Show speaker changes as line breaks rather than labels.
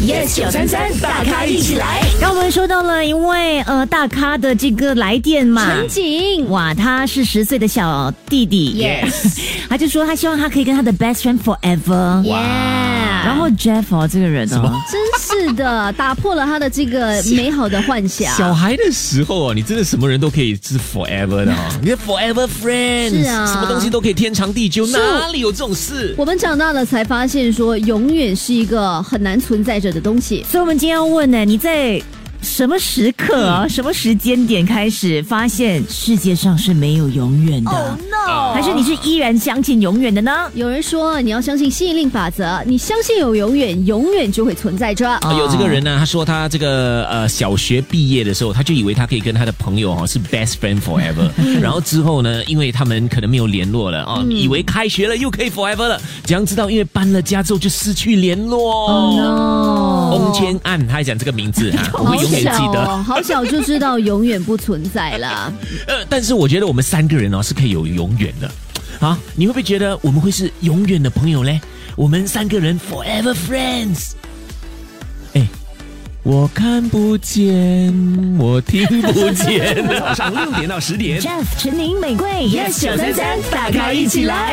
yes 九三三，大咖一起来。
刚我们说到了一位呃大咖的这个来电嘛，
陈景
哇，他是十岁的小弟弟
Yes
他就说他希望他可以跟他的 best friend forever。
Yeah，
然后 Jeff 哦，这个人哦，
真是的，打破了他的这个美好的幻想。
小孩的时候哦，你真的什么人都可以是 forever 的哦，你的 forever friends，
是啊
什么东西都可以天长地久，哪里有这种事？
我们长大了才发现，说永远是一个很难存在着的东西。
所以我们今天要问呢，你在什么时刻、啊、什么时间点开始发现世界上是没有永远的
no！
还是你是依然相信永远的呢？
有人说你要相信吸引力法则，你相信有永远，永远就会存在着。
啊有这个人呢、他说他这个呃小学毕业的时候，他就以为他可以跟他的朋友哦是 best friend forever，然后之后呢，因为他们可能没有联络了哦，以为开学了又可以 forever 了，怎样知道因为搬了家之后就失去联络。
哦 no！
翁千岸，他还讲这个名字哦啊，我会永远记
好
得。
小哦，好小就知道永远不存在了。
呃，但是我觉得我们三个人哦是可以有永远的，啊，你会不会觉得我们会是永远的朋友嘞？我们三个人 forever friends。哎，我看不见，我听不见。 早上六点到十点
Jeff、陈宁、玫瑰，Yes 九三三，大咖一起来。